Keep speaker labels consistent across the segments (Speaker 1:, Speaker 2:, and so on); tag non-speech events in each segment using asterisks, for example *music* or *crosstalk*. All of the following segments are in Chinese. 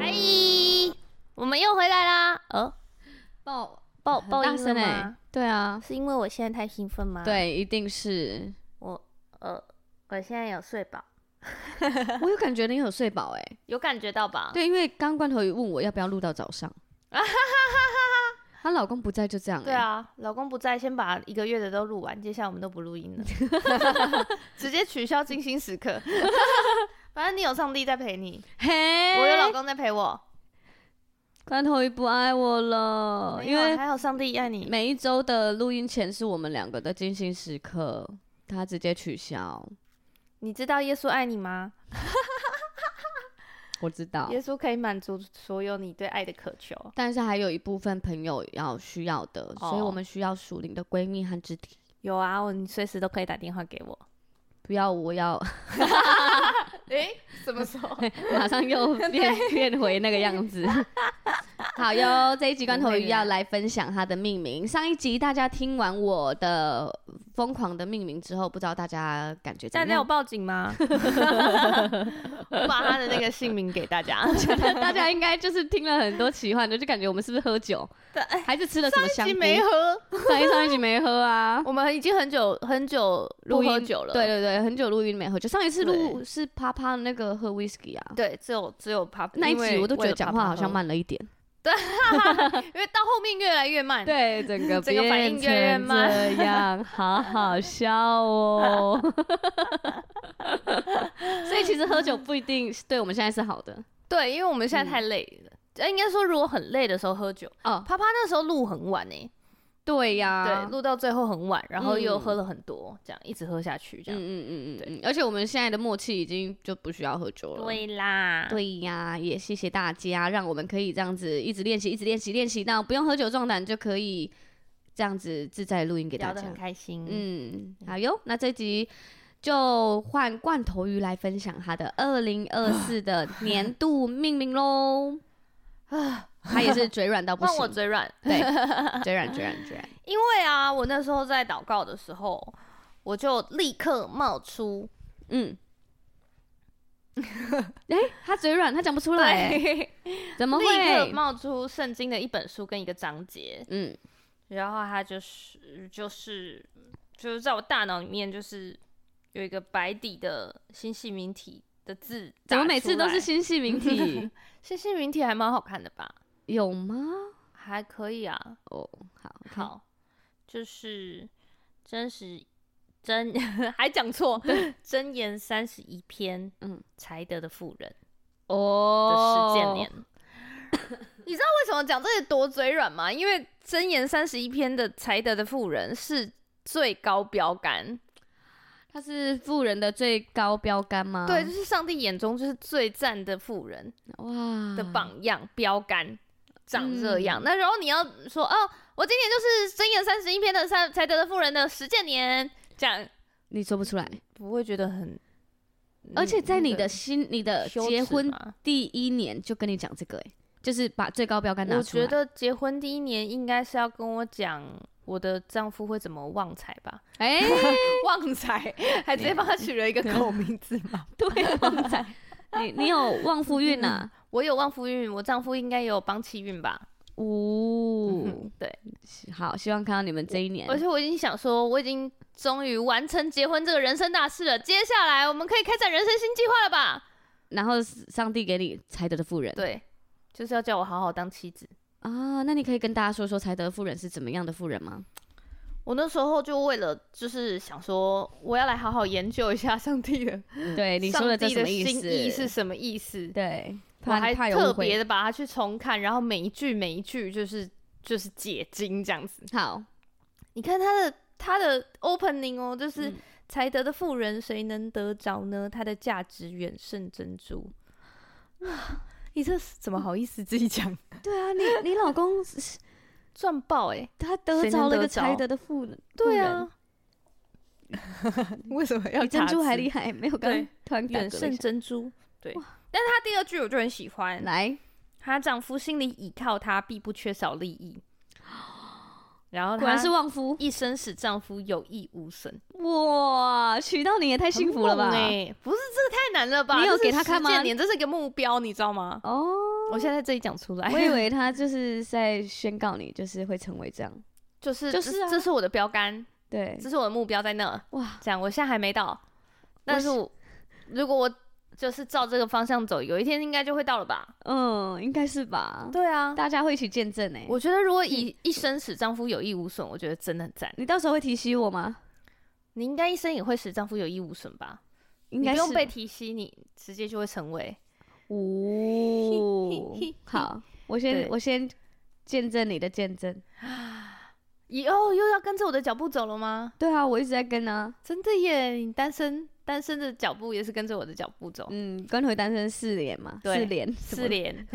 Speaker 1: 哎，我们又回来啦！哦，
Speaker 2: 爆
Speaker 1: 爆
Speaker 2: 很
Speaker 1: 爆
Speaker 2: 大
Speaker 1: 音了
Speaker 2: 声
Speaker 1: 吗
Speaker 2: 哎？，对啊，
Speaker 1: 是因为我现在太兴奋吗？，
Speaker 2: 对，一
Speaker 1: *laughs*
Speaker 2: 定是。
Speaker 1: 我呃，我现在有睡饱，
Speaker 2: 我有感觉你有睡饱哎、
Speaker 1: 有感觉到吧？
Speaker 2: 对，因为刚罐头鱼问我要不要录到
Speaker 1: *laughs*
Speaker 2: 早上，她老公不在就这样、欸。
Speaker 1: 对，啊，老公不在，先把一个月的都录完，接下来我们都不录音了， *laughs* 直接取消精心时刻。 *laughs* 反正你有上帝在陪你，
Speaker 2: 嘿，
Speaker 1: 我有老公在陪我，
Speaker 2: 罐头鱼不爱我了，
Speaker 1: 没
Speaker 2: 因
Speaker 1: 有
Speaker 2: 为
Speaker 1: 还有上帝爱你。
Speaker 2: 每一周的录音前是我们两个的精心时刻，他直接取消。
Speaker 1: 你知道耶稣爱你吗？
Speaker 2: 我知道，
Speaker 1: 耶稣可以满足所有你对爱的渴求。
Speaker 2: 但是还有一部分朋友要需要的，所以
Speaker 1: 哦
Speaker 2: 我们需要属灵的闺蜜和肢体。
Speaker 1: 有啊，我你随时都可以打电话给我。
Speaker 2: 不要，我要
Speaker 1: 诶、什么时候？
Speaker 2: *laughs* 马上又
Speaker 1: *laughs*
Speaker 2: 变变回那个样子。好哟，这一集罐头鱼要来分享它的命名。上一集大家听完我的疯狂的命名之后，不知道大家感觉怎
Speaker 1: 大
Speaker 2: 么
Speaker 1: 家有
Speaker 2: 样？
Speaker 1: 报警吗？ *laughs* 我把他的那个姓名给大 *laughs* 家。
Speaker 2: *laughs* 大家应该就是听了很多奇幻的，就感觉我们是不是喝酒
Speaker 1: 对，
Speaker 2: 还是吃了什么香
Speaker 1: 上一
Speaker 2: 菇
Speaker 1: 集？没喝，
Speaker 2: 上一上一集没喝啊。
Speaker 1: 我们已经很久很久 *laughs* 不
Speaker 2: 录
Speaker 1: 喝
Speaker 2: 音
Speaker 1: 酒了。
Speaker 2: 对对对，很久录音没喝酒。上一次录
Speaker 1: 对
Speaker 2: 是啪啪那个喝 whisky 啊，
Speaker 1: 对，只有只有 pop
Speaker 2: 那一集我都觉得讲话好
Speaker 1: 嗯
Speaker 2: 像，慢了一点。
Speaker 1: 因为到后面越来越慢。，
Speaker 2: 对， *laughs* 整个
Speaker 1: 整个反应
Speaker 2: 变
Speaker 1: 越来越
Speaker 2: 成
Speaker 1: 慢
Speaker 2: 这样，好好笑哦。 *laughs* 所以其实喝酒不一定是对我们现在是好的
Speaker 1: 对，因为我们现在太累了。呃应该说，如果很累的时候喝酒，
Speaker 2: 哦。
Speaker 1: 啪啪那时候录很晚呢、
Speaker 2: 对呀
Speaker 1: 对，，啊录到最后很晚，然后又
Speaker 2: 嗯
Speaker 1: 喝了很多，这样一直喝下去，这
Speaker 2: 嗯
Speaker 1: 样。
Speaker 2: 嗯嗯嗯嗯，而且我们现在的默契已经就不需要喝酒了。
Speaker 1: 对啦，
Speaker 2: 对呀，也谢谢大家，让我们可以这样子一直练习，一直练习，练习到不用喝酒壮胆就可以这样子自在录音给大
Speaker 1: 聊得
Speaker 2: 家
Speaker 1: 很。开心。嗯，
Speaker 2: 嗯，好哟，那这集就换罐头鱼来分享他的二零二四的年度命名喽。他也是嘴软到不
Speaker 1: 换
Speaker 2: 行，
Speaker 1: 我嘴软，
Speaker 2: 对，嘴软嘴软嘴软，
Speaker 1: 因为啊，我那时候在祷告的时候，我就立刻冒出，
Speaker 2: *laughs* 嗯。哎、他嘴软，他讲不出来、哎
Speaker 1: 对，
Speaker 2: 怎么
Speaker 1: 立刻
Speaker 2: 会？
Speaker 1: 冒出圣经的一本书跟一个章节，
Speaker 2: 嗯，
Speaker 1: 然后他就是就是就是在我大脑里面就是有一个白底的新细明体的字打
Speaker 2: 怎
Speaker 1: 出来，
Speaker 2: 么每次都是新细明 *laughs* 体？
Speaker 1: 新细明体还蛮好看的吧？
Speaker 2: 有吗？
Speaker 1: 还可以啊，
Speaker 2: 哦，好，
Speaker 1: 好，就是真实真 *laughs* 还讲错，箴言三十一篇，嗯
Speaker 2: 嗯，
Speaker 1: 才德的妇人的
Speaker 2: 哦，
Speaker 1: 实践年。 *coughs* 你知道为什么讲这个多嘴软吗？因为《箴言》三十一篇的才德的妇人是最高标杆，
Speaker 2: 他是富人的最高标杆吗？
Speaker 1: 对，就，是上帝眼中就是最赞的妇人
Speaker 2: 哇
Speaker 1: 的，榜样、标杆，长这样。那然后你要说哦，我今年就是《箴言》三十一篇的才才德的妇人的实践年，这样
Speaker 2: 你说不出来。
Speaker 1: 不会觉得很，嗯
Speaker 2: 而且在你的新、你的结婚第一年就跟你讲这个、欸，就是把最高标杆拿
Speaker 1: 我
Speaker 2: 出来。
Speaker 1: 觉得结婚第一年应该是要跟我讲我的丈夫会怎么旺财吧，
Speaker 2: 哎、
Speaker 1: *laughs* 旺财还直接帮他取了一个狗名字嘛。
Speaker 2: *laughs* 对，旺仔，你你有旺夫运啊呐、
Speaker 1: 我有旺夫运，我丈夫应该也有帮妻运吧。
Speaker 2: 哦
Speaker 1: 嗯，，对，
Speaker 2: 好，希望看到你们这一年
Speaker 1: 而且我已经想说，我已经终于完成结婚这个人生大事了，接下来我们可以开展人生新计划了吧？
Speaker 2: 然后上帝给你才德的妇人。
Speaker 1: 对，就是要叫我好好当妻子。
Speaker 2: 啊，那你可以跟大家说说才德妇人是怎么样的妇人吗？
Speaker 1: 我那时候就为了，就是想说，我要来好好研究一下上帝 *laughs* 的，
Speaker 2: 对，你
Speaker 1: 嗯
Speaker 2: 说
Speaker 1: 上
Speaker 2: 了这
Speaker 1: 帝
Speaker 2: 什
Speaker 1: 的
Speaker 2: 么意
Speaker 1: 心
Speaker 2: 思？
Speaker 1: 意是什么意思？
Speaker 2: 对，
Speaker 1: 我
Speaker 2: 怕
Speaker 1: 还
Speaker 2: 怕有误
Speaker 1: 特
Speaker 2: 会
Speaker 1: 别的把它去重看，然后每一句每一句就是就是解经这样子。
Speaker 2: 好，
Speaker 1: 你看他的他的 opening 哦，就是
Speaker 2: 嗯
Speaker 1: 才德的富人谁能得着呢？它的价值远胜珍珠。 *laughs* 你这是怎么好意思自己讲？
Speaker 2: 对啊，你你老公是
Speaker 1: *laughs* 赚爆哎、
Speaker 2: 他得
Speaker 3: 谁
Speaker 2: 着
Speaker 3: 能
Speaker 2: 了一
Speaker 3: 得
Speaker 2: 个才
Speaker 3: 着
Speaker 2: 德的妇人，
Speaker 1: 对
Speaker 2: 妇人
Speaker 1: 啊，
Speaker 3: 为什
Speaker 1: *laughs*
Speaker 3: 么要
Speaker 2: 比珍
Speaker 3: 查
Speaker 2: 珠还
Speaker 3: 字
Speaker 2: 厉害，没有刚
Speaker 1: 对
Speaker 2: 突然感
Speaker 1: 远胜珍珠。对，但是她第二句我就很喜欢，
Speaker 2: 来，
Speaker 1: 她丈夫心里倚靠她，必不缺少利益。然后
Speaker 2: 果然
Speaker 1: 她
Speaker 2: 是旺夫
Speaker 1: 一生使丈夫有益无损，
Speaker 2: 哇！娶到你也太幸福了吧
Speaker 1: 很！猛欸不是这个太难了吧？
Speaker 2: 你
Speaker 1: 这
Speaker 2: 有
Speaker 1: 是
Speaker 2: 给她看吗
Speaker 1: 实践年这是一个目标，你知道吗？ *laughs*
Speaker 2: 哦，
Speaker 1: 我现在在这里讲出来，
Speaker 2: 我以为他就是在宣告你，就是会成为这样。
Speaker 1: 就是
Speaker 2: 就
Speaker 1: 就是是
Speaker 2: 啊
Speaker 1: 这是我的标杆，
Speaker 2: 对，
Speaker 1: 这是我的目标在那。
Speaker 2: 哇，
Speaker 1: 这样我现在还没到，但是
Speaker 2: 是
Speaker 1: 我如果我就是照这个方向走，有一天应该就会到了吧？
Speaker 2: 嗯，应该是吧？
Speaker 1: 对啊，
Speaker 2: 大家会一起见证哎。
Speaker 1: 我觉得如果以一生使丈夫有益无损，我觉得真的很赞。
Speaker 2: 你到时候会提醒我吗？
Speaker 1: 你应该一生也会使丈夫有益无损吧？
Speaker 2: 应该
Speaker 1: 你
Speaker 2: 是
Speaker 1: 不用被 *laughs* 提息，你直接就会成为。
Speaker 2: 哦。好，我先
Speaker 1: 对
Speaker 2: 我先见证你的见证。
Speaker 1: 以后又要跟着我的脚步走了吗？
Speaker 2: 对啊，我一直在跟啊。
Speaker 1: 真的耶，你单身单身的脚步也是跟着我的脚步走。
Speaker 2: 嗯，关回单身四年嘛，
Speaker 1: 对
Speaker 2: 四年，什么
Speaker 1: 失 *laughs* 联，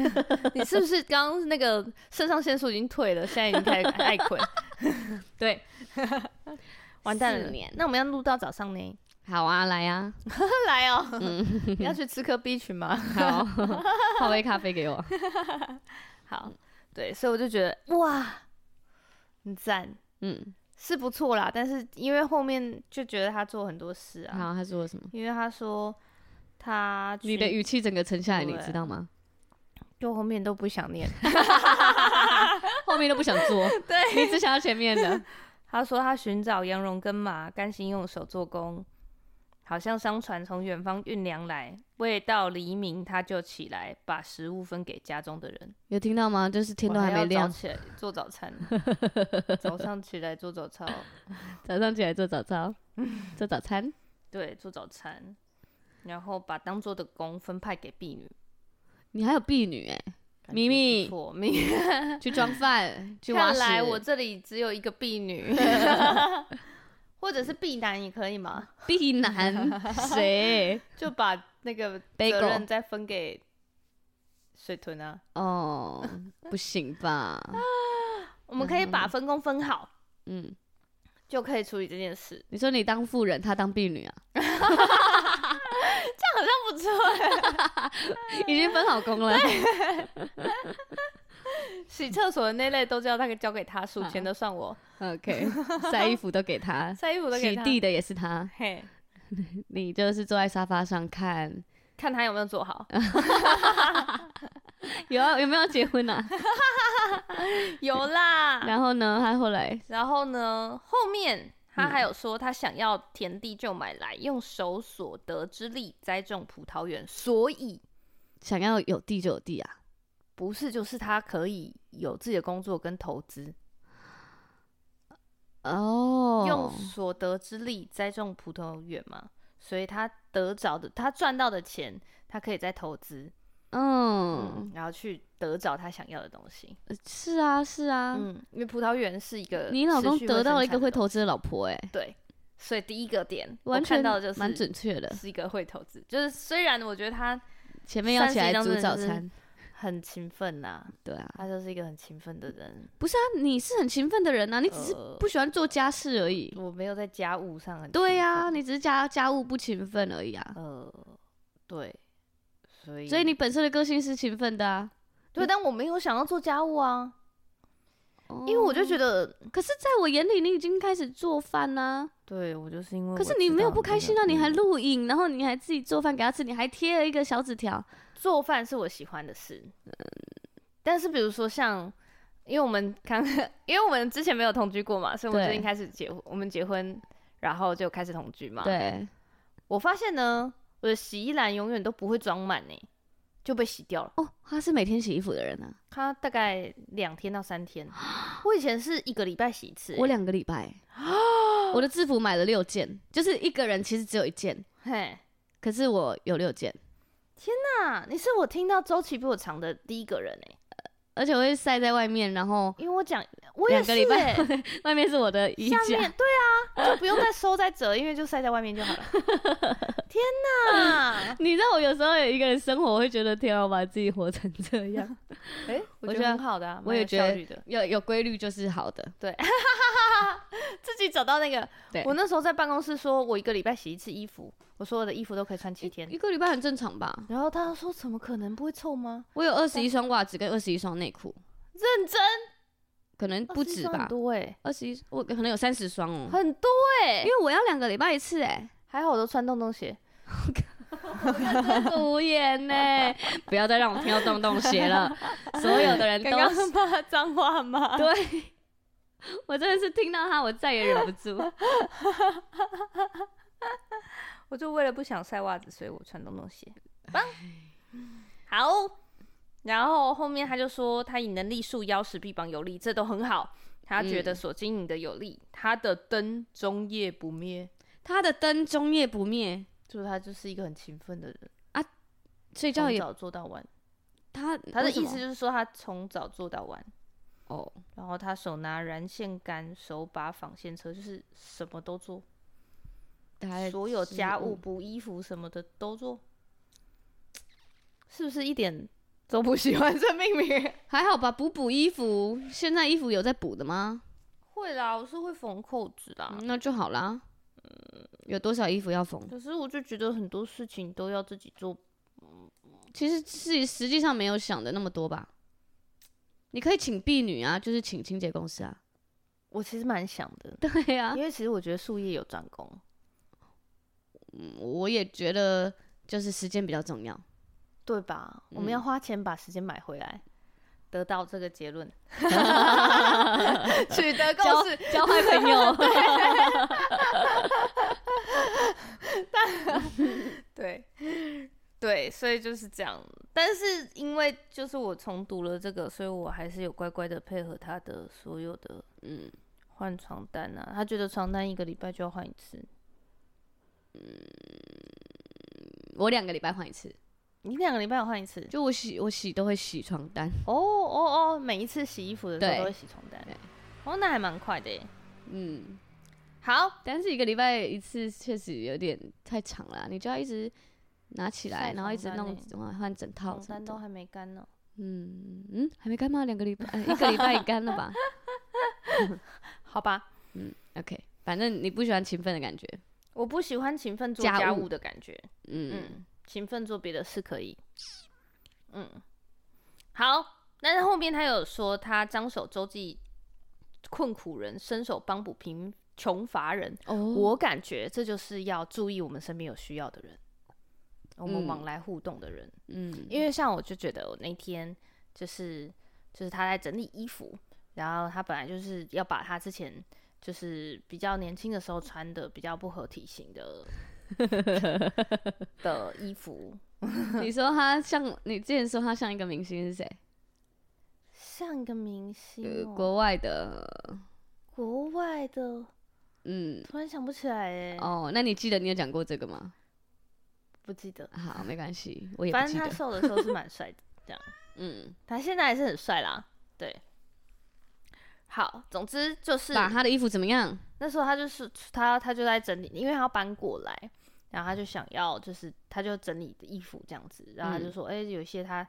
Speaker 1: 你是不是刚刚那个肾上腺素已经退了，现在已经开始爱困？ *laughs* 对，完蛋了
Speaker 2: 四年。
Speaker 1: 那我们要录到早上呢？
Speaker 2: 好啊，来啊，
Speaker 1: 来 *laughs* 哦，你要去吃颗 B 群吗？ *laughs*
Speaker 2: 好，泡杯咖啡给我。
Speaker 1: 好，对，所以我就觉得哇，很赞，
Speaker 2: 嗯，
Speaker 1: 是不错啦。但是因为后面就觉得他做很多事啊，
Speaker 2: 好，他说了什么？
Speaker 1: 因为他说他
Speaker 2: 你的
Speaker 1: 去
Speaker 2: 语气整个沉下来，你
Speaker 1: 对
Speaker 2: 知道吗？
Speaker 1: 就后面都不想 *laughs* 念。
Speaker 2: 后面都不想
Speaker 1: *laughs*
Speaker 2: 做，对你只想要前面的。
Speaker 1: 他说他寻找羊绒跟麻，甘心用手做工，好像商船从远方运粮来。未到黎明，他就起来把食物分给家中的人。
Speaker 2: 有听到吗？就是天都
Speaker 1: 我
Speaker 2: 还
Speaker 1: 要
Speaker 2: 没亮
Speaker 1: 早，起来做早餐，
Speaker 2: *laughs*
Speaker 1: 早上起来做早操，
Speaker 2: 早上起来做
Speaker 1: *laughs*
Speaker 2: 早操，做早餐。
Speaker 1: 对，做早餐，然后把当做的工分派给婢女。
Speaker 2: 你还有婢女哎、
Speaker 1: 感觉
Speaker 2: 咪
Speaker 1: 不
Speaker 2: 咪
Speaker 1: 错，咪咪，
Speaker 2: 去装
Speaker 1: *laughs*
Speaker 2: 饭，去挖
Speaker 1: 看
Speaker 2: 屎。
Speaker 1: 来我这里只有一个婢
Speaker 2: *laughs*
Speaker 1: 女，或者是婢男也可以吗？
Speaker 2: 婢
Speaker 1: *laughs*
Speaker 2: 男谁？
Speaker 1: 就把那个
Speaker 2: Bagel
Speaker 1: 责任再分给水豚啊。
Speaker 2: 哦，不行吧？
Speaker 1: 我们可以把分工分好，
Speaker 2: 嗯，
Speaker 1: 就可以处理这件事。
Speaker 2: 你说你当妇人，他当婢女
Speaker 1: *laughs*
Speaker 2: 啊，
Speaker 1: 这样好像不错，欸
Speaker 2: *laughs* 已经分好工了。
Speaker 1: 洗厕所的那类都交大概交给他，数钱的算我，
Speaker 2: OK，晒衣服都给他，
Speaker 1: 晒衣服都给
Speaker 2: 洗
Speaker 1: 他。
Speaker 2: 地的也是他。
Speaker 1: 嘿，
Speaker 2: 你就是坐在沙发上看， *laughs*
Speaker 1: 看他有没有做好。
Speaker 2: 有啊有没有结
Speaker 1: *laughs*
Speaker 2: 婚啊？
Speaker 1: 有啦。
Speaker 2: 然后呢，他后来
Speaker 1: 然后呢，后面他还有说，他想要田地就买来，用手所得之力栽种葡萄园，所以
Speaker 2: 想要有地就有地啊，
Speaker 1: 不是就是他可以有自己的工作跟投资，
Speaker 2: 哦，
Speaker 1: 用所得之力栽种葡萄园嘛。所以他得着的，他赚到的钱，他可以再投资。嗯
Speaker 2: 嗯，，
Speaker 1: 然后去得找他想要的东西。
Speaker 2: 是啊是啊，
Speaker 1: 嗯，因为葡萄园是一个
Speaker 2: 你老
Speaker 1: 持
Speaker 2: 公
Speaker 1: 续
Speaker 2: 得到了一个
Speaker 1: 生产
Speaker 2: 会
Speaker 1: 的东
Speaker 2: 投资的老婆、欸，
Speaker 1: 西对，所以第一个点
Speaker 2: 完
Speaker 1: 我
Speaker 2: 全
Speaker 1: 看到的就是
Speaker 2: 蛮准确的。
Speaker 1: 是一个会投资，就是虽然我觉得他
Speaker 2: 前面要起来
Speaker 1: 31张
Speaker 2: 煮
Speaker 1: 真的
Speaker 2: 早
Speaker 1: 是
Speaker 2: 餐，
Speaker 1: 很勤奋呐、
Speaker 2: 对啊，
Speaker 1: 他就是一个很勤奋的人。
Speaker 2: 不是啊，你是很勤奋的人啊，你只是
Speaker 1: 呃嗯
Speaker 2: 不喜欢做家事而已。
Speaker 1: 我没有在家务上很
Speaker 2: 对
Speaker 1: 呀、
Speaker 2: 呀、你只是家家务不勤奋而已啊，
Speaker 1: 呃，对，所以
Speaker 2: 所以你本身的个性是勤奋的啊。
Speaker 1: 对，但我没有想要做家务啊，因为我就觉
Speaker 2: 得，
Speaker 1: 得，
Speaker 2: 可是在我眼里，你已经开始做饭啦、
Speaker 1: 对我就是因为我
Speaker 2: 可是你
Speaker 1: 知
Speaker 2: 没有
Speaker 1: 道
Speaker 2: 不开心啊，
Speaker 1: 那
Speaker 2: 你
Speaker 1: 个
Speaker 2: 还
Speaker 1: 嗯
Speaker 2: 录影，然后你还自己做饭给他吃，你还贴了一个小纸条。
Speaker 1: 做饭是我喜欢的事，但是比如说像，因为我们刚，因为我们之前没有同居过嘛，所以我们
Speaker 2: 对
Speaker 1: 最近开始结婚，我们结婚，然后就开始同居嘛。，
Speaker 2: 对，
Speaker 1: 我发现呢，我的洗衣篮永远都不会装满呢，就被洗掉了。
Speaker 2: 哦，他是每天洗衣服的人啊，
Speaker 1: 它大概两天到三天，我以前是一个礼拜洗一次欸，
Speaker 2: 我两个礼拜，我的制服买了六件，就是一个人其实只有一件，
Speaker 1: 欸嘿，
Speaker 2: 可是我有六件。
Speaker 1: 那你是我听到周期比我长的第一个人哎，
Speaker 2: 而且我会晒在外面，然后 *laughs*
Speaker 1: 因为我讲我也
Speaker 2: 两
Speaker 1: 是、
Speaker 2: 个礼拜
Speaker 1: 欸，
Speaker 2: 外面是我的衣
Speaker 1: 下面
Speaker 2: 架，
Speaker 1: 对啊，就不用再收再折，因为就晒在外面就 *laughs* 好了。天哪！
Speaker 2: *laughs* 你知道我有时候有一个人生活，我会觉得天啊，我把自己活成这样，
Speaker 1: 哎、我
Speaker 2: 我
Speaker 1: 觉
Speaker 2: 觉
Speaker 1: 得
Speaker 2: 得
Speaker 1: 很好的、啊，
Speaker 2: 我
Speaker 1: 蛮
Speaker 2: 也
Speaker 1: 有
Speaker 2: 觉
Speaker 1: 效
Speaker 2: 得
Speaker 1: 率的，
Speaker 2: *laughs* 有有规律就是好的。
Speaker 1: 自己找到那个。
Speaker 2: 对
Speaker 1: 我那时候在办公室说，我一个礼拜洗一次衣服，我说我的衣服都可以穿七天
Speaker 2: 一。个礼拜很正常吧？
Speaker 1: 然后他说：“怎么可能不会臭吗？
Speaker 2: 我有二十一双袜子跟二十一双内裤，
Speaker 1: 认真
Speaker 2: 可能不止
Speaker 1: 21双很
Speaker 2: 吧？
Speaker 1: 多哎、
Speaker 2: 二十一，我可能有三十双哦，
Speaker 1: 很多哎、
Speaker 2: 因为我要两个礼拜一次
Speaker 1: *laughs*
Speaker 2: 哎、
Speaker 1: 还好我都穿洞洞鞋。
Speaker 2: 无 *laughs* 言呢、不要再让我听到洞洞
Speaker 1: *laughs*
Speaker 2: 鞋了，所有的人都
Speaker 1: 刚刚骂脏话吗？
Speaker 2: *laughs* 对，我真的是听到他，我再也忍不
Speaker 1: *laughs*
Speaker 2: 住。
Speaker 1: 我就为了不想晒袜子，所以我穿洞洞鞋。棒，好。然后后面他就说，他以能力束腰使臂膀有力，这都很好。他觉得所经营的有力，他的灯终夜不灭，
Speaker 2: 他的灯终夜不灭，
Speaker 1: 就是他就是一个很勤奋的人，
Speaker 2: 睡觉
Speaker 1: 从
Speaker 2: 也
Speaker 1: 早做到晚。
Speaker 2: 他
Speaker 1: 他的
Speaker 2: 为什
Speaker 1: 意
Speaker 2: 么
Speaker 1: 思就是说，他从早做到晚。
Speaker 2: 哦，
Speaker 1: 然后他手拿燃线杆，手把纺线车，就是什么都做，
Speaker 2: 大概
Speaker 1: 所有
Speaker 2: 十
Speaker 1: 家务、
Speaker 2: 五
Speaker 1: 补衣服什么的都做，是不是一点都不喜欢这命名？ *laughs*
Speaker 2: 还好吧？补补衣服，现在衣服有在补的吗？
Speaker 1: 会啦，我是会缝扣子啦。
Speaker 2: 嗯那就好啦。
Speaker 1: 嗯
Speaker 2: 有多少衣服要缝？
Speaker 1: 可是我就觉得很多事情都要自己做，
Speaker 2: 其实是实际上没有想的那么多吧。你可以请婢女啊，就是请清洁公司
Speaker 1: *laughs*
Speaker 2: 啊。
Speaker 1: 我其实蛮想的，
Speaker 2: 对啊，
Speaker 1: 因为其实我觉得术业有专攻，
Speaker 2: 嗯我也觉得就是时间比较重要。
Speaker 1: 对吧？我们要花钱把时间买回来，得到这个结 *laughs* 论，取得
Speaker 2: 交
Speaker 1: 共识。
Speaker 2: 交坏朋 *laughs* 友，
Speaker 1: *laughs* 对，对，所以就是这样。但是因为就是我重读了这个，所以我还是有乖乖的配合他的所有的
Speaker 2: 嗯，
Speaker 1: 换床单啊。他觉得床单一个礼拜就要换一次，
Speaker 2: 我两个礼拜换一次，
Speaker 1: 你两个礼拜要换一次。
Speaker 2: 就我洗我洗都会洗床单，
Speaker 1: 哦哦哦，每一次洗衣服的时
Speaker 2: 对
Speaker 1: 候都会洗床单
Speaker 2: 对。
Speaker 1: 哦，那还蛮快的耶。
Speaker 2: 嗯，
Speaker 1: 好，
Speaker 2: 但是一个礼拜一次确实有点太长了啊，你就要一直拿起来，
Speaker 1: 晒
Speaker 2: 然后一直
Speaker 1: 床单欸
Speaker 2: 弄换换整套
Speaker 1: 床单
Speaker 2: 整
Speaker 1: 都
Speaker 2: 套，
Speaker 1: 还没干呢，
Speaker 2: 嗯嗯，还没干吗？两个礼拜，呃一个礼拜干了
Speaker 1: *laughs*
Speaker 2: 吧
Speaker 1: 好吧。
Speaker 2: ？OK，反正你不喜欢勤奋的感觉，
Speaker 1: 我不喜欢勤奋做
Speaker 2: 家
Speaker 1: 家
Speaker 2: 务
Speaker 1: 务的感觉。
Speaker 2: 嗯，
Speaker 1: 嗯，勤奋做别的事可以。嗯，好。但是后面他有说，他张手周济困苦人，伸手帮补贫穷乏人。
Speaker 2: 哦，
Speaker 1: 我感觉这就是要注意我们身边有需要的人，我们
Speaker 2: 嗯
Speaker 1: 往来互动的人。
Speaker 2: 嗯，
Speaker 1: *laughs* 因为像我就觉得我那天就是就是他在整理衣服，然后他本来就是要把他之前就是比较年轻的时候穿的比较不合体型的
Speaker 2: *laughs*
Speaker 1: 的衣服，
Speaker 2: 你说他像你之前说他像一个明星是谁？
Speaker 1: 像一个明
Speaker 2: 呃
Speaker 1: 星、哦
Speaker 2: 国外的，
Speaker 1: 国外的，
Speaker 2: 嗯，
Speaker 1: 突然想不起来哎、
Speaker 2: 哦，那你记得你有讲过这个吗？
Speaker 1: 不记得，
Speaker 2: 好，没关系，我也不
Speaker 1: 反
Speaker 2: 记
Speaker 1: 正他
Speaker 2: 得。
Speaker 1: 瘦的时候是蛮帅的，
Speaker 2: 嗯，
Speaker 1: 他现在还是很帅啦，对。好，总之就是
Speaker 2: 把他的衣服怎么样？
Speaker 1: 那时候他就是他他就在整理，因为他要搬过来，然后他就想要就是他就整理衣服这样子，然后他
Speaker 2: 嗯
Speaker 1: 就说，哎、有一些他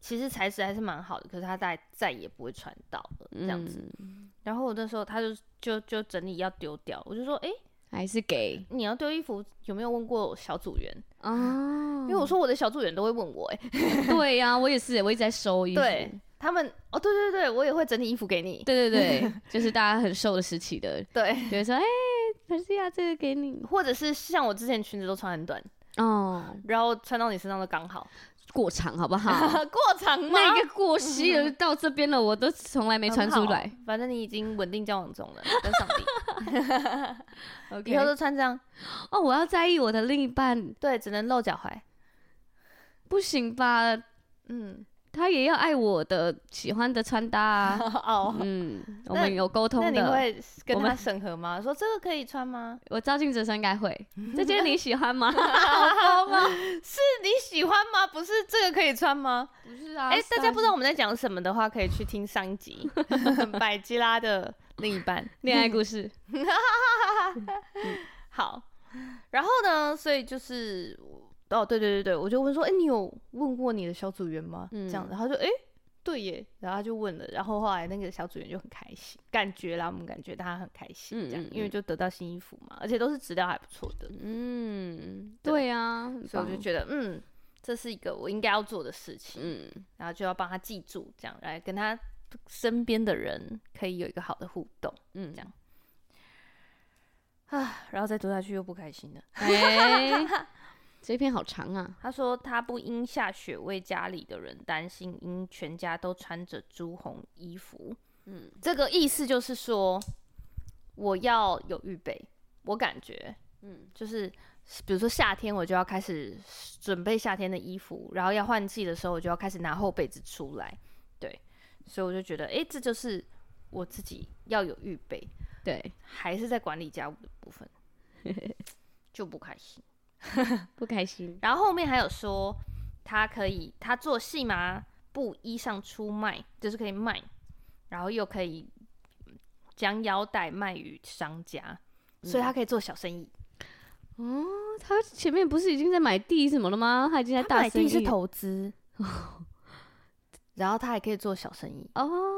Speaker 1: 其实材质还是蛮好的，可是他再再也不会穿到了这样子。
Speaker 2: 嗯
Speaker 1: 然后我那时候他就就就整理要丢掉，我就说，哎、
Speaker 2: 还是给
Speaker 1: 你要丢衣服有没有问过小组员？
Speaker 2: 哦
Speaker 1: 因为我说我的小组员都会问我、哎，
Speaker 2: 对呀、我也是，我一直在收衣服。
Speaker 1: 对他们哦，对对对，我也会整理衣服给你，
Speaker 2: 对对对
Speaker 1: *laughs*
Speaker 2: 就是大家很瘦的时期的，
Speaker 1: 对，
Speaker 2: 就会说：“哎、可是呀，这个给你
Speaker 1: 或者是像我之前裙子都穿很短，
Speaker 2: 哦，
Speaker 1: 然后穿到你身上都刚好，
Speaker 2: 过长好
Speaker 1: *laughs*
Speaker 2: 不好？
Speaker 1: 过长吗？
Speaker 2: 那个过膝的到这边了，我都从来没穿出来
Speaker 1: 很。好。反正你已经稳定交往中了，跟上
Speaker 2: *laughs*
Speaker 1: 帝，以后
Speaker 2: OK，
Speaker 1: 都穿这样，
Speaker 2: 哦，我要在意我的另一半，
Speaker 1: 对，只能露脚踝。
Speaker 2: 不行吧？
Speaker 1: 嗯，
Speaker 2: 他也要爱我的喜欢的穿搭啊。
Speaker 1: *laughs* 哦，
Speaker 2: 嗯，我
Speaker 1: 那
Speaker 2: 们有沟
Speaker 1: 那
Speaker 2: 通
Speaker 1: 你
Speaker 2: 的。
Speaker 1: 会跟
Speaker 2: 我
Speaker 1: 他
Speaker 2: 们
Speaker 1: 审核吗？说这个可以穿
Speaker 2: *laughs*
Speaker 1: 吗？
Speaker 2: 我照镜子的时候应该
Speaker 1: *laughs*
Speaker 2: 会。这件你喜欢吗？
Speaker 1: 是你喜欢吗？不是这个可以穿吗？
Speaker 2: 不是啊
Speaker 1: 哎、大家不知
Speaker 2: 道
Speaker 1: 道我们在讲什么的话，可以去听上一集 *laughs* 百吉拉的另一半。
Speaker 2: 恋爱故事。
Speaker 1: 好，然后呢，所以就是哦，对对对对，我就问说，哎、你有问过你的小组员吗？
Speaker 2: 嗯
Speaker 1: 这样子，他说，哎、对耶，然后他就问了，然后后来那个小组员就很开心，感觉啦，我们感觉他很开心，
Speaker 2: 嗯
Speaker 1: 这样，
Speaker 2: 嗯
Speaker 1: 因为
Speaker 2: 嗯
Speaker 1: 就得到新衣服嘛，而且都是质量还不错的，
Speaker 2: 嗯，对啊，很
Speaker 1: 所以我就
Speaker 2: 棒
Speaker 1: 觉得，嗯，这是一个我应该要做的事情，
Speaker 2: 嗯，
Speaker 1: 然后就要帮他记住，这样来跟他身边的人可以有一个好的互动
Speaker 2: 嗯
Speaker 1: 这样啊，然后再读下去又不开心了。
Speaker 2: 哎，
Speaker 1: *laughs*
Speaker 2: 这篇好长啊。
Speaker 1: 他说他不因下雪为家里的人担心，因全家都穿着朱红衣服。嗯，这个意思就是说，我要有预备。我感觉，嗯，就是比如说夏天，我就要开始准备夏天的衣服，然后要换季的时候，我就要开始拿厚被子出来。对，所以我就觉得，诶，这就是我自己要有预备，
Speaker 2: 对，
Speaker 1: 还是在管理家务的部 *laughs* 分就不开心。
Speaker 2: 不开心。
Speaker 1: 然后后面还有说，他可以他做戏麻布衣裳出卖，就是可以卖，然后又可以嗯将腰带卖与商家，所以他可以做小生意。
Speaker 2: 哦他前面不是已经在买地什么了吗？他已经在
Speaker 1: 他
Speaker 2: 大
Speaker 1: 买
Speaker 2: 生
Speaker 1: 地
Speaker 2: 意
Speaker 1: 是投资，然后他还可以做小生意，
Speaker 2: 哦。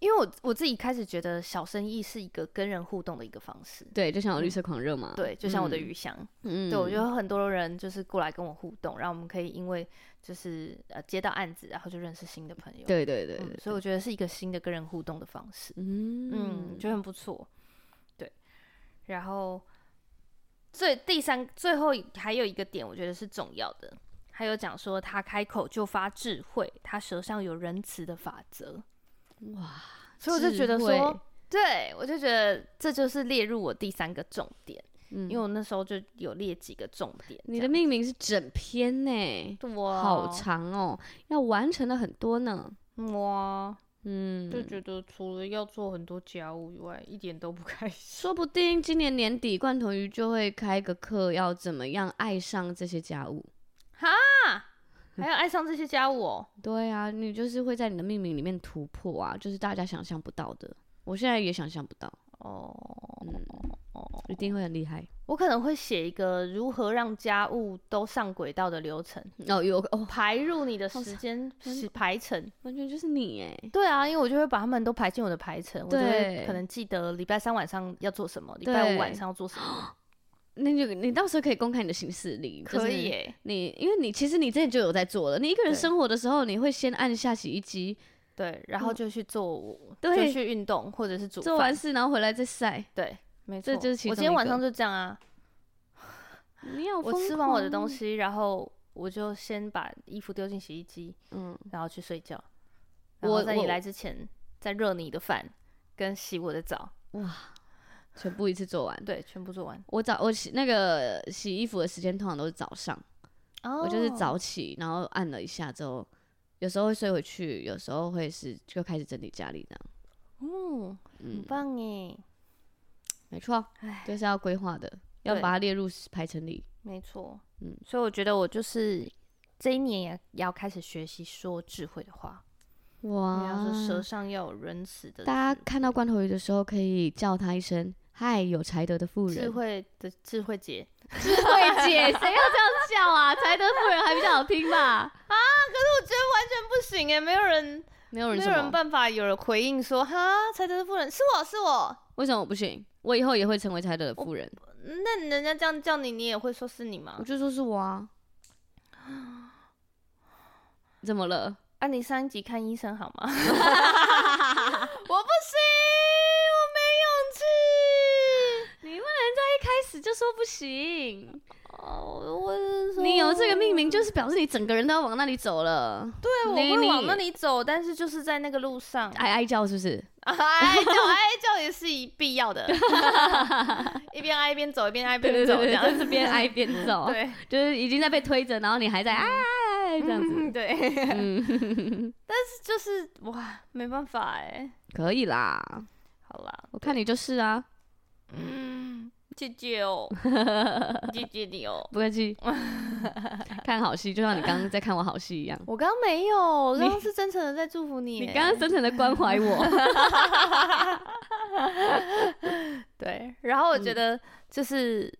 Speaker 1: 因为我我自己开始觉得小生意是一个跟人互动的一个方式。
Speaker 2: 对，就像有绿色狂热嘛。
Speaker 1: 对，就像我的
Speaker 2: 嗯
Speaker 1: 鱼香，
Speaker 2: 嗯，
Speaker 1: 对我觉得很多人就是过来跟我互动，然后我们可以因为就是呃接到案子，然后就认识新的朋友。
Speaker 2: 对对对
Speaker 1: 嗯
Speaker 2: 对，
Speaker 1: 所以我觉得是一个新的跟人互动的方式，嗯，
Speaker 2: 嗯
Speaker 1: 觉得很不错，对。然后最第三最后一还有一个点，我觉得是重要的，还有讲说他开口就发智慧，他舌上有仁慈的法则，
Speaker 2: 哇，
Speaker 1: 所以我就觉得
Speaker 2: 智
Speaker 1: 说
Speaker 2: 慧，
Speaker 1: 对我就觉得这就是列入我第三个重点，
Speaker 2: 嗯
Speaker 1: 因为我那时候就有列几个重点这样，
Speaker 2: 你的命名是整篇呢，
Speaker 1: 哇
Speaker 2: 好长哦，要完成的很多呢。
Speaker 1: 哇，
Speaker 2: 嗯，
Speaker 1: 就觉得除了要做很多家务以外，一点都不开心。
Speaker 2: 说不定今年年底罐头鱼就会开个课，要怎么样爱上这些家务。
Speaker 1: 还有爱上这些家务哦，
Speaker 2: 对啊，你就是会在你的命名里面突破啊，就是大家想象不到的。我现在也想象不到，
Speaker 1: 哦，
Speaker 2: 一定会很厉害
Speaker 1: 我可能会写一个如何让家务都上轨道的流程，
Speaker 2: 哦！有哦，
Speaker 1: 排入你的时间是排程。
Speaker 2: 完全就是你哎，
Speaker 1: 对啊，因为我就会把他们都排进我的排程，我就会
Speaker 2: 对
Speaker 1: 可能记得礼拜三晚上要做什么，礼拜五晚上要做什 *gasps* 么，
Speaker 2: 那就你到时候可以公开你的行事历，
Speaker 1: 可
Speaker 2: 就是
Speaker 1: 以耶。
Speaker 2: 你因为你其实你之前就有在做了，你一个人
Speaker 1: 对
Speaker 2: 生活的时候，你会先按下洗衣机，
Speaker 1: 对，然后就去做我，
Speaker 2: 对
Speaker 1: 就去运动或者是煮
Speaker 2: 做完
Speaker 1: 饭。
Speaker 2: 事然后回来再晒。
Speaker 1: 对，没错。
Speaker 2: 这就是其
Speaker 1: 我
Speaker 2: 中
Speaker 1: 今天
Speaker 2: 一
Speaker 1: 晚
Speaker 2: 个
Speaker 1: 上就这样啊，
Speaker 2: 你好，
Speaker 1: 我吃完我的东，西，然后我就先把衣服丢进洗衣机，
Speaker 2: 嗯，
Speaker 1: 然后去睡觉。
Speaker 2: 我
Speaker 1: 然后在你
Speaker 2: 我
Speaker 1: 来之前，再热你的饭跟洗我的澡，
Speaker 2: 全部一次做完。
Speaker 1: 对，全部做完。
Speaker 2: 我早我洗那个洗衣服的时间通常都是早上，
Speaker 1: 哦
Speaker 2: 我就是早起，然后按了一下之后，有时候会睡回去，有时候会是就开始整理家里这样。
Speaker 1: 嗯，很
Speaker 2: 嗯，
Speaker 1: 棒哎，
Speaker 2: 没错
Speaker 1: 唉，
Speaker 2: 就是要规划的，要
Speaker 1: 对
Speaker 2: 把它列入排程里。
Speaker 1: 没错。嗯
Speaker 2: 嗯，
Speaker 1: 所以我觉得我就是这一年也要开始学习说智慧的话，你要
Speaker 2: 哇
Speaker 1: 说舌上要有仁慈的
Speaker 2: 啊大家
Speaker 1: 智
Speaker 2: 看到罐头鱼的时候，可以叫他一声“嗨，有才德的妇人”，
Speaker 1: 智慧的智慧姐。
Speaker 2: 智慧姐，谁要这样叫啊？才德妇人还比较好听吧？
Speaker 1: 不行哎，没有人，
Speaker 2: 没有人
Speaker 1: 没
Speaker 2: 什
Speaker 1: 有人
Speaker 2: 么？
Speaker 1: 办法有人回应说哈，才德夫人是我是我。
Speaker 2: 为什么我不行？我以啊后也会成为才德的妇人。
Speaker 1: 那人家这样叫你，你也会说是你吗
Speaker 2: 我？就说是我 *gasps* 啊。怎么了？
Speaker 1: 啊，你上一集看医生好吗？我不 *laughs* 行，我没勇气。
Speaker 2: 你不能在一开始就说不行。
Speaker 1: 哦，我是说
Speaker 2: 你有这个命名，就是表示你整个人都要往那里走了。对
Speaker 1: 对，我会往那里走，但是就是在那个路
Speaker 2: *laughs*
Speaker 1: 上，
Speaker 2: 哀哀叫是不是？
Speaker 1: 哎叫哎叫也是一必要的， *laughs* 一边挨一边走，一边挨一边走这样 *laughs*
Speaker 2: *laughs* 就。是边哀边走，
Speaker 1: 对，
Speaker 2: 就是已经在被推着，然后你还在啊，嗨，哦这样子，
Speaker 1: 嗯对，
Speaker 2: 嗯，
Speaker 1: 就是哇，没办法哎、
Speaker 2: 可以啦，
Speaker 1: 好啦，
Speaker 2: 我看你就是啊，
Speaker 1: 嗯，姐姐
Speaker 2: *laughs*
Speaker 1: 哦，姐姐你哦，
Speaker 2: 不客 *laughs* 气，看好戏就像你刚刚在看我好戏一样，
Speaker 1: 我刚刚没有，我
Speaker 2: 你
Speaker 1: 刚刚是真诚的在祝福你
Speaker 2: 你
Speaker 1: 耶
Speaker 2: 刚刚真诚的关怀我， *laughs*
Speaker 1: 对，然后我觉得就是，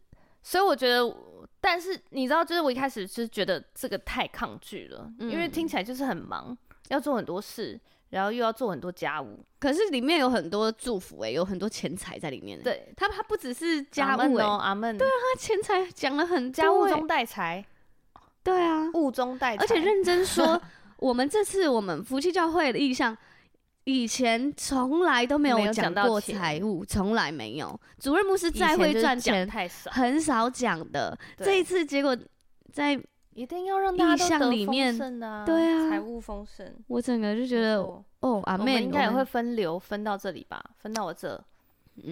Speaker 1: 所以我觉得我，但是你知道，就是我一开始是觉得这个太抗拒了，因为
Speaker 2: 嗯
Speaker 1: 听起来就是很忙，要做很多事，然后又要做很多家务，
Speaker 2: 可是里面有很多祝福哎、有很多钱财在里面、欸，，
Speaker 1: 对，
Speaker 2: 他他不只是
Speaker 1: 家
Speaker 2: 家
Speaker 1: 门
Speaker 2: 务哎、
Speaker 1: 哦，阿门，对啊，
Speaker 2: 他钱财讲了很多、
Speaker 1: 家务
Speaker 2: 欸
Speaker 1: 中带财，
Speaker 2: 对啊，
Speaker 1: 务中带财，
Speaker 2: 而且认真
Speaker 1: *laughs*
Speaker 2: 说，我们这次我们夫妻教会的意向，以前从来都没
Speaker 1: 没
Speaker 2: 有
Speaker 1: 有讲
Speaker 2: 讲
Speaker 1: 到
Speaker 2: 过
Speaker 1: 钱
Speaker 2: 财务，从来没有。主任牧师
Speaker 1: 以
Speaker 2: 再
Speaker 1: 前
Speaker 2: 会
Speaker 1: 就是
Speaker 2: 赚
Speaker 1: 讲
Speaker 2: 钱，
Speaker 1: 太少，
Speaker 2: 很少讲的。
Speaker 1: 对
Speaker 2: 这一次结果在，
Speaker 1: 一定要让大
Speaker 2: 意
Speaker 1: 家都
Speaker 2: 向
Speaker 1: 得
Speaker 2: 里
Speaker 1: 丰
Speaker 2: 面
Speaker 1: 盛啊，
Speaker 2: 对啊
Speaker 1: 财务丰盛，
Speaker 2: 我整个就觉
Speaker 1: 没
Speaker 2: 得，
Speaker 1: 错
Speaker 2: 哦，阿
Speaker 1: 我们
Speaker 2: 妹，
Speaker 1: 应该也
Speaker 2: 我
Speaker 1: 会
Speaker 2: 们，
Speaker 1: 分流分到这里吧，分到我这，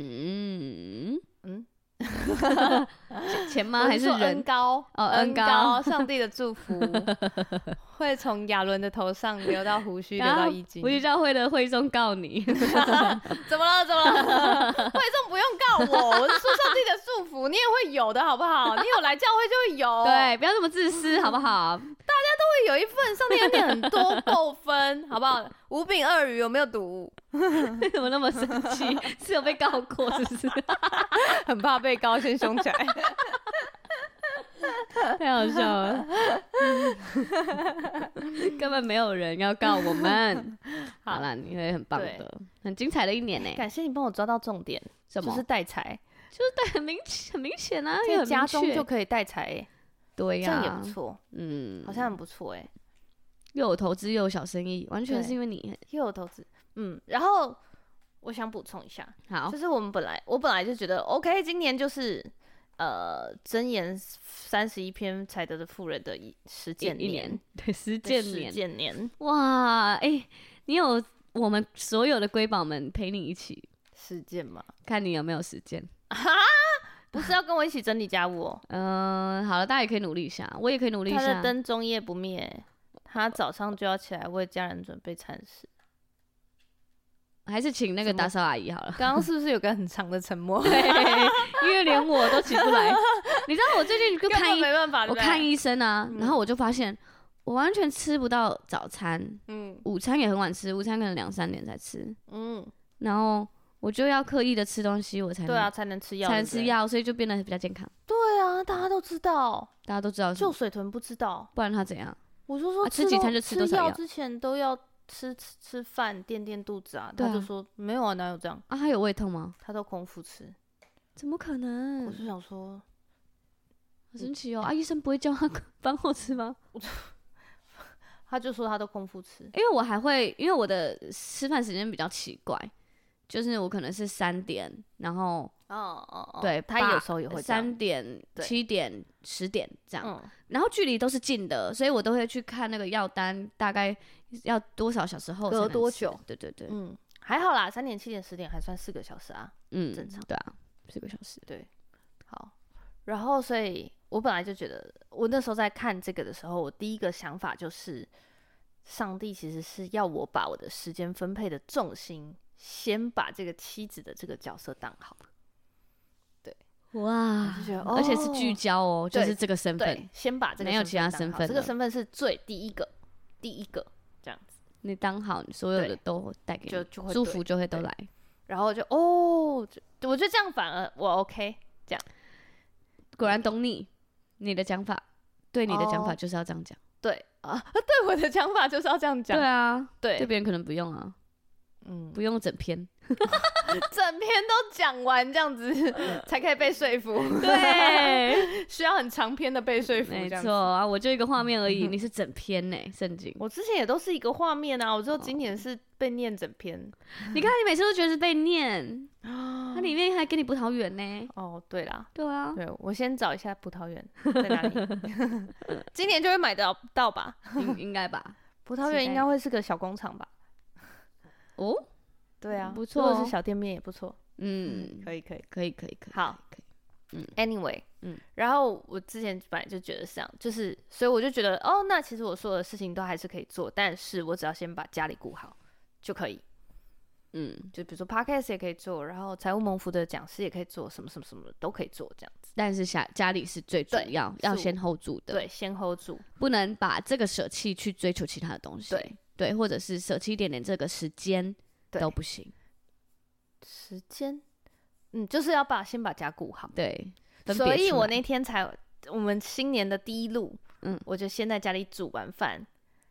Speaker 2: 嗯
Speaker 1: 嗯
Speaker 2: 嗯，钱钱吗？
Speaker 1: 我
Speaker 2: 还
Speaker 1: 是
Speaker 2: 是
Speaker 1: 说恩
Speaker 2: 人？
Speaker 1: 高
Speaker 2: 哦
Speaker 1: 恩
Speaker 2: 恩高 *laughs*
Speaker 1: 上帝的祝福会从亚伦的头上流到胡须，流
Speaker 2: 然
Speaker 1: 到
Speaker 2: 后
Speaker 1: 衣襟
Speaker 2: 夫。妻教会的会众告你，
Speaker 1: 怎么了？怎么了？ *laughs* 会众不用告我，我是说上帝的祝福，你也会有的好不好？你有来教会就会有，
Speaker 2: *laughs* 对，不要这么自私，好不好？
Speaker 1: 会有一份上帝恩典很多
Speaker 2: *laughs*
Speaker 1: 扣分，好不好？五饼二鱼有没有读？
Speaker 2: *laughs* 怎么那么生
Speaker 1: *laughs*
Speaker 2: 气？是有被告过是不是？
Speaker 1: 很怕被高先凶起来。
Speaker 2: 太好笑
Speaker 1: *laughs*
Speaker 2: 了，根本没有人要告
Speaker 1: *laughs*
Speaker 2: 我们。好啦，你会很棒的，很精彩的一年呢、
Speaker 1: *laughs* 感谢你帮我抓到重点，
Speaker 2: 什
Speaker 1: 就
Speaker 2: 么？
Speaker 1: 是带财，
Speaker 2: 对，很明很明显啊，也
Speaker 1: 在
Speaker 2: 很
Speaker 1: 家
Speaker 2: 明
Speaker 1: 中就
Speaker 2: 确。
Speaker 1: 可以带财，
Speaker 2: 对
Speaker 1: 这
Speaker 2: 呀、
Speaker 1: 样也不错，
Speaker 2: 嗯，
Speaker 1: 好像很不错哎。
Speaker 2: 又有投资又有小生意，完全
Speaker 1: 对
Speaker 2: 是因为你
Speaker 1: 又有投资，嗯，然后我想补充一下，
Speaker 2: 好
Speaker 1: 就。是我们本来我本来就觉得 OK，今年就是呃箴言三十一篇才得的富人的一实
Speaker 2: 一
Speaker 1: 践
Speaker 2: 一年， *laughs* 对，实践
Speaker 1: 实
Speaker 2: 年，
Speaker 1: 践年
Speaker 2: 哇，哎、你有我们所有的瑰宝们陪你一起，
Speaker 1: 实践嘛，
Speaker 2: 看你有没有时间。
Speaker 1: *laughs* 不是要跟我一起整理家
Speaker 2: *laughs*
Speaker 1: 务哦，
Speaker 2: 嗯、好了，大家也可以努力一下，我也可以努力一
Speaker 1: 他的
Speaker 2: 下。
Speaker 1: 灯终夜不灭。他早上就要起来为家人准备餐食。
Speaker 2: 还是请那个
Speaker 1: 怎么
Speaker 2: 打扫阿姨好
Speaker 1: *laughs*
Speaker 2: 了。
Speaker 1: 刚刚是不是有个很长的沉默？
Speaker 2: 对，因为连我都起
Speaker 1: *laughs*
Speaker 2: 不来。你知道我最近 *laughs* 就
Speaker 1: 根
Speaker 2: 看
Speaker 1: 本
Speaker 2: 医，
Speaker 1: 没办法，
Speaker 2: 我
Speaker 1: 对不对
Speaker 2: 看医生啊，
Speaker 1: 嗯
Speaker 2: 然后我就发现我完全吃不到早餐，
Speaker 1: 嗯
Speaker 2: 午餐也很晚吃，午餐可能两三点才吃，
Speaker 1: 嗯，
Speaker 2: 然后我就要刻意的吃东西，我才能
Speaker 1: 对啊，才能吃药，
Speaker 2: 才
Speaker 1: 对
Speaker 2: 能
Speaker 1: 不对
Speaker 2: 吃。药，所以就变得比较健康。
Speaker 1: 对啊，大家都知道，
Speaker 2: 大家都知道是
Speaker 1: 就
Speaker 2: 吗，
Speaker 1: 水豚不知道。
Speaker 2: 不然他怎样？
Speaker 1: 我就说
Speaker 2: 啊
Speaker 1: 吃
Speaker 2: 吃几
Speaker 1: 东
Speaker 2: 餐就吃多少
Speaker 1: 药
Speaker 2: 药
Speaker 1: 之前都要吃吃吃饭垫垫肚子啊。
Speaker 2: 对
Speaker 1: 他就
Speaker 2: 啊
Speaker 1: 说没有啊，哪有这样？
Speaker 2: 啊，他有胃痛吗？
Speaker 1: 他都空腹吃。
Speaker 2: 怎么可能
Speaker 1: 我？就想说，
Speaker 2: 好神奇哦！啊，医生不会叫他 *laughs* 饭后吃吗？
Speaker 1: 他就说他都空腹吃。
Speaker 2: 因为我还会，因为我的吃饭时间比较奇怪，就是我可能是三点，然后
Speaker 1: 哦哦哦
Speaker 2: 对
Speaker 1: 他
Speaker 2: 爸
Speaker 1: 有时候也会这样
Speaker 2: 三点、
Speaker 1: 对
Speaker 2: 七点、十点这样，
Speaker 1: 嗯
Speaker 2: 然后距离都是近的，所以我都会去看那个药单，大概要多少小时后才
Speaker 1: 隔
Speaker 2: 能
Speaker 1: 多
Speaker 2: 吃
Speaker 1: 久？
Speaker 2: 对对对，
Speaker 1: 嗯，还好啦，三点、七点、十点还算四个小时啊。
Speaker 2: 嗯，
Speaker 1: 正常
Speaker 2: 对啊，四个小时。
Speaker 1: 好，然后所以我本来就觉得，我那时候在看这个的时候，我第一个想法就是，上帝其实是要我把我的时间分配的重心，先把这个妻子的这个角色当好。
Speaker 2: 哇
Speaker 1: 就觉得
Speaker 2: 而且是聚
Speaker 1: 哦
Speaker 2: 焦哦，就
Speaker 1: 对
Speaker 2: 是这个身
Speaker 1: 对
Speaker 2: 份，，
Speaker 1: 先把这个
Speaker 2: 没有其他
Speaker 1: 当
Speaker 2: 身
Speaker 1: 好
Speaker 2: 份
Speaker 1: 这个
Speaker 2: 了
Speaker 1: 身份是最第一个，第一个这样子，
Speaker 2: 你当好所有
Speaker 1: 对
Speaker 2: 的都带给
Speaker 1: 就
Speaker 2: 你，
Speaker 1: 就会
Speaker 2: 祝
Speaker 1: 对
Speaker 2: 福就会都
Speaker 1: 对
Speaker 2: 来。
Speaker 1: 然后就哦，就我觉得这样反而我 OK，
Speaker 2: 果然懂你，你的讲法，对你的讲
Speaker 1: 哦
Speaker 2: 法就是要这样讲。
Speaker 1: 对啊， *laughs* 对我的想法就是要这样讲，
Speaker 2: 对啊，
Speaker 1: 对，
Speaker 2: 对别人可能不用啊，
Speaker 1: 嗯，
Speaker 2: 不用整篇。
Speaker 1: 整篇都讲完这样子 *laughs* 才可以被说服，
Speaker 2: 呃对。
Speaker 1: *laughs*
Speaker 2: *laughs*
Speaker 1: 需要很长篇的被说服，
Speaker 2: 没
Speaker 1: 这样
Speaker 2: 错
Speaker 1: 子。
Speaker 2: 啊，我就一个画面而已，
Speaker 1: 嗯
Speaker 2: 你是整篇呢、圣经。
Speaker 1: 我之前也都是一个画面啊，我只有今年是被念整篇。啊
Speaker 2: 你看你每次都觉得是被念，
Speaker 1: 嗯
Speaker 2: 它里面还跟哦你葡萄园呢、
Speaker 1: 哦，对啦，
Speaker 2: 对啊，
Speaker 1: 对我先找一下葡萄园在哪里，
Speaker 2: *laughs*
Speaker 1: 今年就会买得到吧？
Speaker 2: 应应该吧？
Speaker 1: 葡萄
Speaker 2: 期
Speaker 1: 园
Speaker 2: 待
Speaker 1: 应该会是个小工厂吧？
Speaker 2: 哦，
Speaker 1: 对啊，
Speaker 2: 不
Speaker 1: 如果
Speaker 2: 错
Speaker 1: 是
Speaker 2: 哦
Speaker 1: 小店面也不错。
Speaker 2: 嗯，
Speaker 1: 可以可以。
Speaker 2: 可以可以可以，
Speaker 1: 好
Speaker 2: 可以，
Speaker 1: Anyway，
Speaker 2: 嗯
Speaker 1: 嗯，然后我之前本来就觉得是这样，就是所以我就觉得哦，那其实我所有的事情都还是可以做，但是我只要先把家里顾好就可以。
Speaker 2: 嗯，
Speaker 1: 就比如说 podcast 也可以做，然后财务蒙福的讲师也可以做，什么什么什么都可以做，这样子。
Speaker 2: 但是家家里是最主
Speaker 1: 对
Speaker 2: 要，要
Speaker 1: 是
Speaker 2: 先 hold 住的，
Speaker 1: 对，先 hold 住。
Speaker 2: 不能把这个舍弃去追求其他的东西，
Speaker 1: 对
Speaker 2: 对，或者是舍弃一点点这个时间
Speaker 1: 对
Speaker 2: 都不行，
Speaker 1: 时间，嗯，就是要把先把家顾好。
Speaker 2: 对，分别
Speaker 1: 所以
Speaker 2: 出
Speaker 1: 我
Speaker 2: 来
Speaker 1: 那天才，我们新年的第一路，
Speaker 2: 嗯
Speaker 1: 嗯，我就先在家里煮完饭，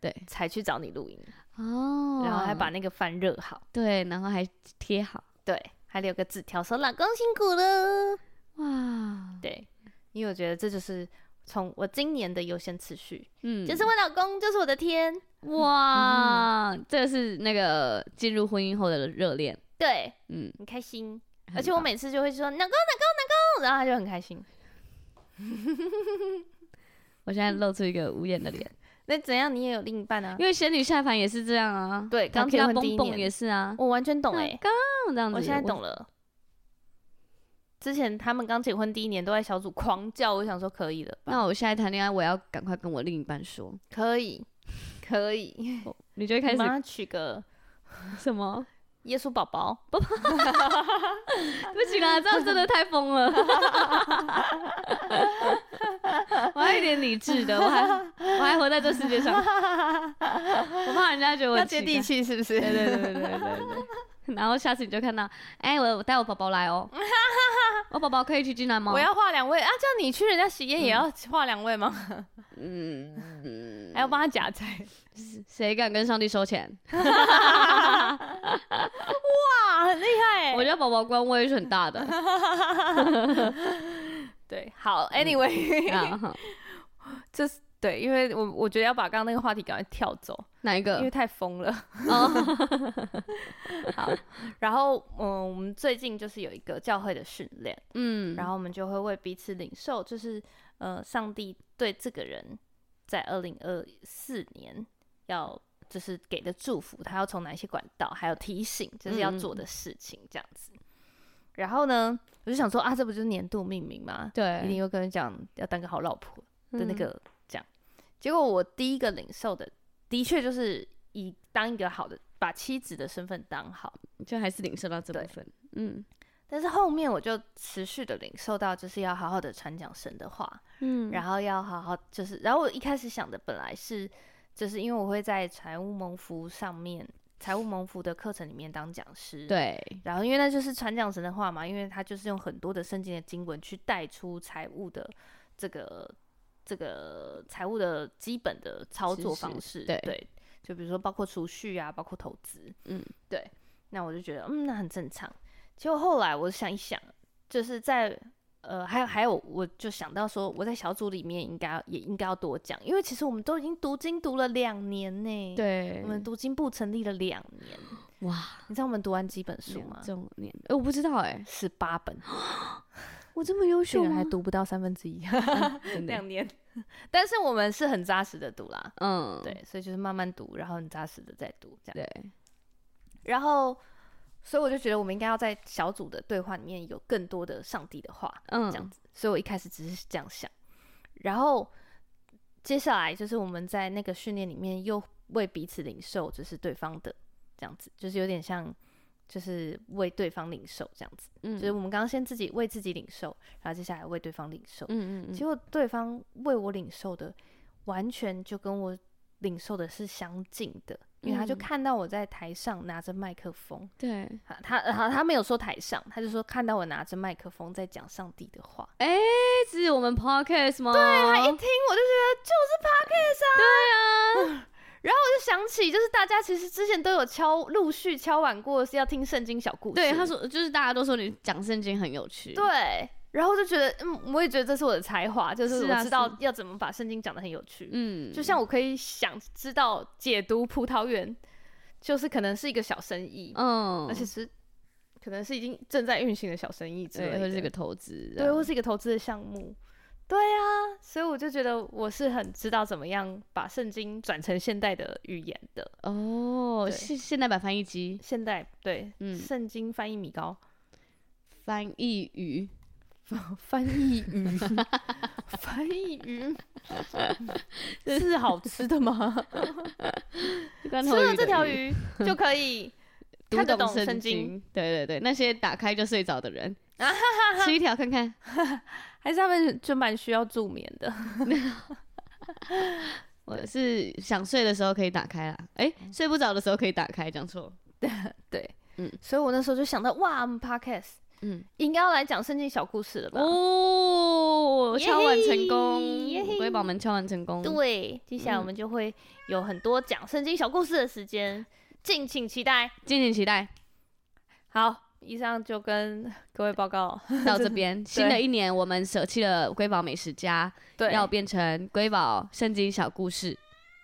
Speaker 2: 对
Speaker 1: 才去找你录音，
Speaker 2: 哦，
Speaker 1: 然后还把那个饭热好，
Speaker 2: 对，然后还贴好，
Speaker 1: 对，还留个纸条说老公辛苦
Speaker 2: 嗯
Speaker 1: 了，
Speaker 2: 哇，
Speaker 1: 对，因为我觉得这就是从我今年的优先次序，
Speaker 2: 嗯，
Speaker 1: 就是我老公就是我的天，
Speaker 2: 哇，这是那个进入婚姻后的热恋，
Speaker 1: 对，
Speaker 2: 嗯，
Speaker 1: 很开心，
Speaker 2: 很
Speaker 1: 而且我
Speaker 2: 棒
Speaker 1: 每次就会说老公老公老公，然后他就很开心。
Speaker 2: 我现在露出一个无言的脸，
Speaker 1: 那怎样你也有另一半啊？
Speaker 2: 因为仙女下凡也是这样啊，
Speaker 1: 对
Speaker 2: 刚
Speaker 1: 刚结
Speaker 2: 听到
Speaker 1: 婚第一
Speaker 2: 蹦蹦
Speaker 1: 年
Speaker 2: 也是啊，
Speaker 1: 我完全懂哎、
Speaker 2: 哎，刚这样子，
Speaker 1: 我现在懂了。之前他们刚结婚第一年都在小组狂叫，我想说可以了吧？
Speaker 2: 那我现在谈恋爱，我要赶快跟我另一半说，
Speaker 1: 可以，可以，
Speaker 2: 你就会开
Speaker 1: 马
Speaker 2: 始
Speaker 1: 上取个
Speaker 2: 什么？
Speaker 1: 耶稣宝宝。
Speaker 2: 不行啊，这样真的太疯了。 *laughs* 我还有一点理智的，我还我还活在这世界上，我怕人家觉得我很奇怪
Speaker 1: 气是不是 *laughs*
Speaker 2: 对对对对对对对。 *laughs* 然后下次你就看到，哎、我我带我宝宝来
Speaker 1: *laughs*
Speaker 2: 哦，我宝宝可以去进来吗？
Speaker 1: 我要画两位啊！这样你去人家喜宴也要画两位吗？*laughs*
Speaker 2: 嗯，
Speaker 1: 还要帮他夹菜？
Speaker 2: 谁敢跟上帝收钱？
Speaker 1: 哇，啊很厉害
Speaker 2: 我觉得宝宝官威是很大的。
Speaker 1: *laughs* 欸对，好，anyway，、 *laughs*
Speaker 2: 啊哈
Speaker 1: 就是对，因为我我觉得要把刚刚那个话题赶快跳走，
Speaker 2: *laughs* 哪一
Speaker 1: 因为
Speaker 2: 个？
Speaker 1: 太疯了。
Speaker 2: 哦，
Speaker 1: *laughs* 好，然后嗯，我们最近就是有一个教会的训练。
Speaker 2: 嗯，
Speaker 1: 然后我们就会为彼此领受，就是呃，上帝对这个人在二零二四年要就是给的祝福，他要从哪些管道，还有提醒，就是要做的事情这样
Speaker 2: 嗯
Speaker 1: 子。然后呢，我就想说啊，这不就是年度命名吗？一定
Speaker 2: 对
Speaker 1: 又跟人讲要当个好老婆的那
Speaker 2: 嗯
Speaker 1: 个、这样。结果我第一个领受的，的确就是以当一个好的，把妻子的身份当好。
Speaker 2: 就还是领受到这部
Speaker 1: 对
Speaker 2: 分，嗯
Speaker 1: 但是后面我就持续的领受到，就是要好好的传讲神的话，
Speaker 2: 嗯，
Speaker 1: 然后要好好就是，然后我一开始想的本来是，就是因为我会在财务蒙福上面，财务蒙福的课程里面当讲师，。
Speaker 2: 对，
Speaker 1: 然后因为那就是传讲神的话嘛，因为他就是用很多的圣经的经文去带出财务的这个这个财务的基本的操作
Speaker 2: 知识
Speaker 1: 方式，
Speaker 2: 对
Speaker 1: 就比如说包括储蓄啊，包括投资，
Speaker 2: 嗯，
Speaker 1: 对。那我就觉得，嗯，那很正常。结果后来我想一想，就是在呃，还有还有，我就想到说，我在小组里面应该也应该要多讲，因为其实我们都已经读经读了两年呢，，
Speaker 2: 对，
Speaker 1: 我们读经部成立了两年，
Speaker 2: 哇，
Speaker 1: 你知道我们读完几本书
Speaker 2: 两
Speaker 1: 吗？
Speaker 2: 周年，哎，我不知道哎，
Speaker 1: 十八本，
Speaker 2: *gasps* 我这么优秀
Speaker 1: 竟然
Speaker 2: 吗
Speaker 1: 还？读不到三分之一， *laughs*
Speaker 2: 真的，
Speaker 1: 年。但是我们是很扎实的读啦，
Speaker 2: 嗯，
Speaker 1: 对，所以就是慢慢读，然后很扎实的在读这样。
Speaker 2: 对，
Speaker 1: 然后，所以我就觉得我们应该要在小组的对话里面有更多的上帝的话，这样
Speaker 2: 嗯，
Speaker 1: 子。所以我一开始只是这样想，然后接下来就是我们在那个训练里面又为彼此领受，就是对方的这样子，就是有点像就是为对方领受这样子。
Speaker 2: 嗯
Speaker 1: 就是我们刚刚先自己为自己领受，然后接下来为对方领受。
Speaker 2: 嗯嗯
Speaker 1: 结果对方为我领受的，完全就跟我领受的是相近的，因为他就
Speaker 2: 嗯
Speaker 1: 看到我在台上拿着麦克风，
Speaker 2: 对，
Speaker 1: 他他呃他他没有说台上，他就说看到我拿着麦克风在讲上帝的话。
Speaker 2: 哎，是我们 podcast 吗？对，他
Speaker 1: 一听我就觉得就是他，
Speaker 2: 对啊，
Speaker 1: *laughs* 我就想起就是大家其实之前都有敲陆续敲碗过是要听圣经小故事，
Speaker 2: 对，他说就是大家都说你讲圣经很有趣，
Speaker 1: 对。然后就觉得，嗯，我也觉得这是我的才华，就是
Speaker 2: 是啊
Speaker 1: 我知道
Speaker 2: 是
Speaker 1: 要怎么把圣经讲得很有趣。
Speaker 2: 嗯，
Speaker 1: 就像我可以想知道解读葡萄园，就是可能是一个小生意，
Speaker 2: 嗯
Speaker 1: 而，且是可能是已经正在运行的小生意之类
Speaker 2: 对，或
Speaker 1: 的，
Speaker 2: 者是个投资，
Speaker 1: 对，或是一个投资的项目。对啊，所以我就觉得我是很知道怎么样把圣经转成现代的语言的，
Speaker 2: 哦，
Speaker 1: 对
Speaker 2: 现现代版翻译机
Speaker 1: 现代对，
Speaker 2: 嗯
Speaker 1: 圣经翻译米高
Speaker 2: *laughs* 翻译语，
Speaker 1: 翻译鱼，翻译鱼 *laughs* 是好吃的
Speaker 2: *laughs*
Speaker 1: 吗？
Speaker 2: 吃
Speaker 1: 吃了这条鱼就可以
Speaker 2: *laughs* 读
Speaker 1: 看得
Speaker 2: 懂
Speaker 1: 懂圣经，
Speaker 2: 经，对对对，那些打开就睡着
Speaker 1: *laughs*
Speaker 2: 的人，吃一条看看。
Speaker 1: 还是他们就蛮需要助眠的？ *laughs*
Speaker 2: 我是想睡的时候可以打开啦，哎、
Speaker 1: 嗯
Speaker 2: 睡不着的时候可以打开，讲错了。
Speaker 1: 对，
Speaker 2: 嗯
Speaker 1: 所以我那时候就想到，哇，我们 podcast
Speaker 2: 嗯，
Speaker 1: 应该要来讲圣经小故事了吧？
Speaker 2: 哦，
Speaker 1: 耶
Speaker 2: 敲碗成
Speaker 1: 嘿耶
Speaker 2: 功，
Speaker 1: 嘿
Speaker 2: 瑰宝们敲碗成功。
Speaker 1: 对，接下来
Speaker 2: 嗯
Speaker 1: 我们就会有很多讲圣经小故事的时间，敬请期待。
Speaker 2: 敬请期待。
Speaker 1: 好，以上就跟各位报告。 *laughs*
Speaker 2: 到这边，新的一年我们舍弃了瑰宝美食家，
Speaker 1: 对，
Speaker 2: 要变成瑰宝圣经小故事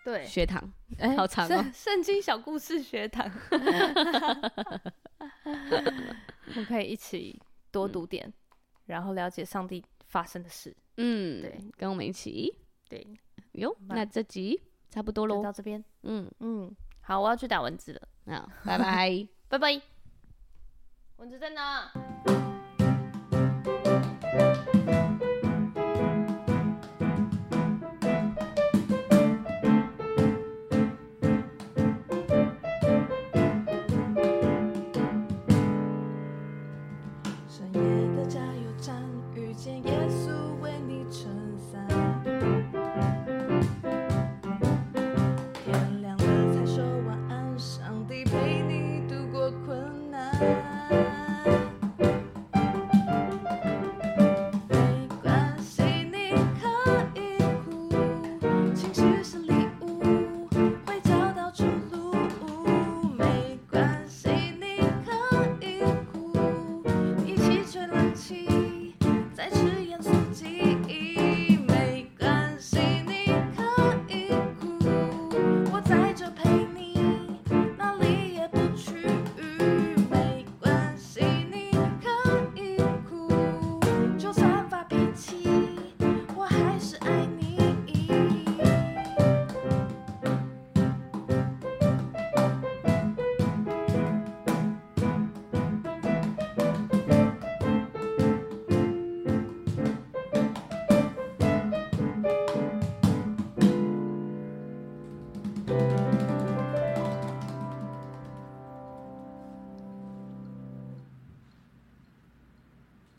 Speaker 1: 对，
Speaker 2: 学堂。
Speaker 1: 哎
Speaker 2: 好长哦
Speaker 1: 圣圣经小故事学
Speaker 2: *laughs*
Speaker 1: 堂，我们可以一起多读点，然后了解上帝发生的事。
Speaker 2: 嗯，
Speaker 1: 对，
Speaker 2: 跟我们一起
Speaker 1: 对，
Speaker 2: 哟。那这集差不多
Speaker 1: 就
Speaker 2: 喽。
Speaker 1: 到这边。
Speaker 2: 嗯，
Speaker 1: 嗯，好，我要去打蚊子了，
Speaker 2: 好，拜拜。
Speaker 1: 拜拜。蚊子在哪？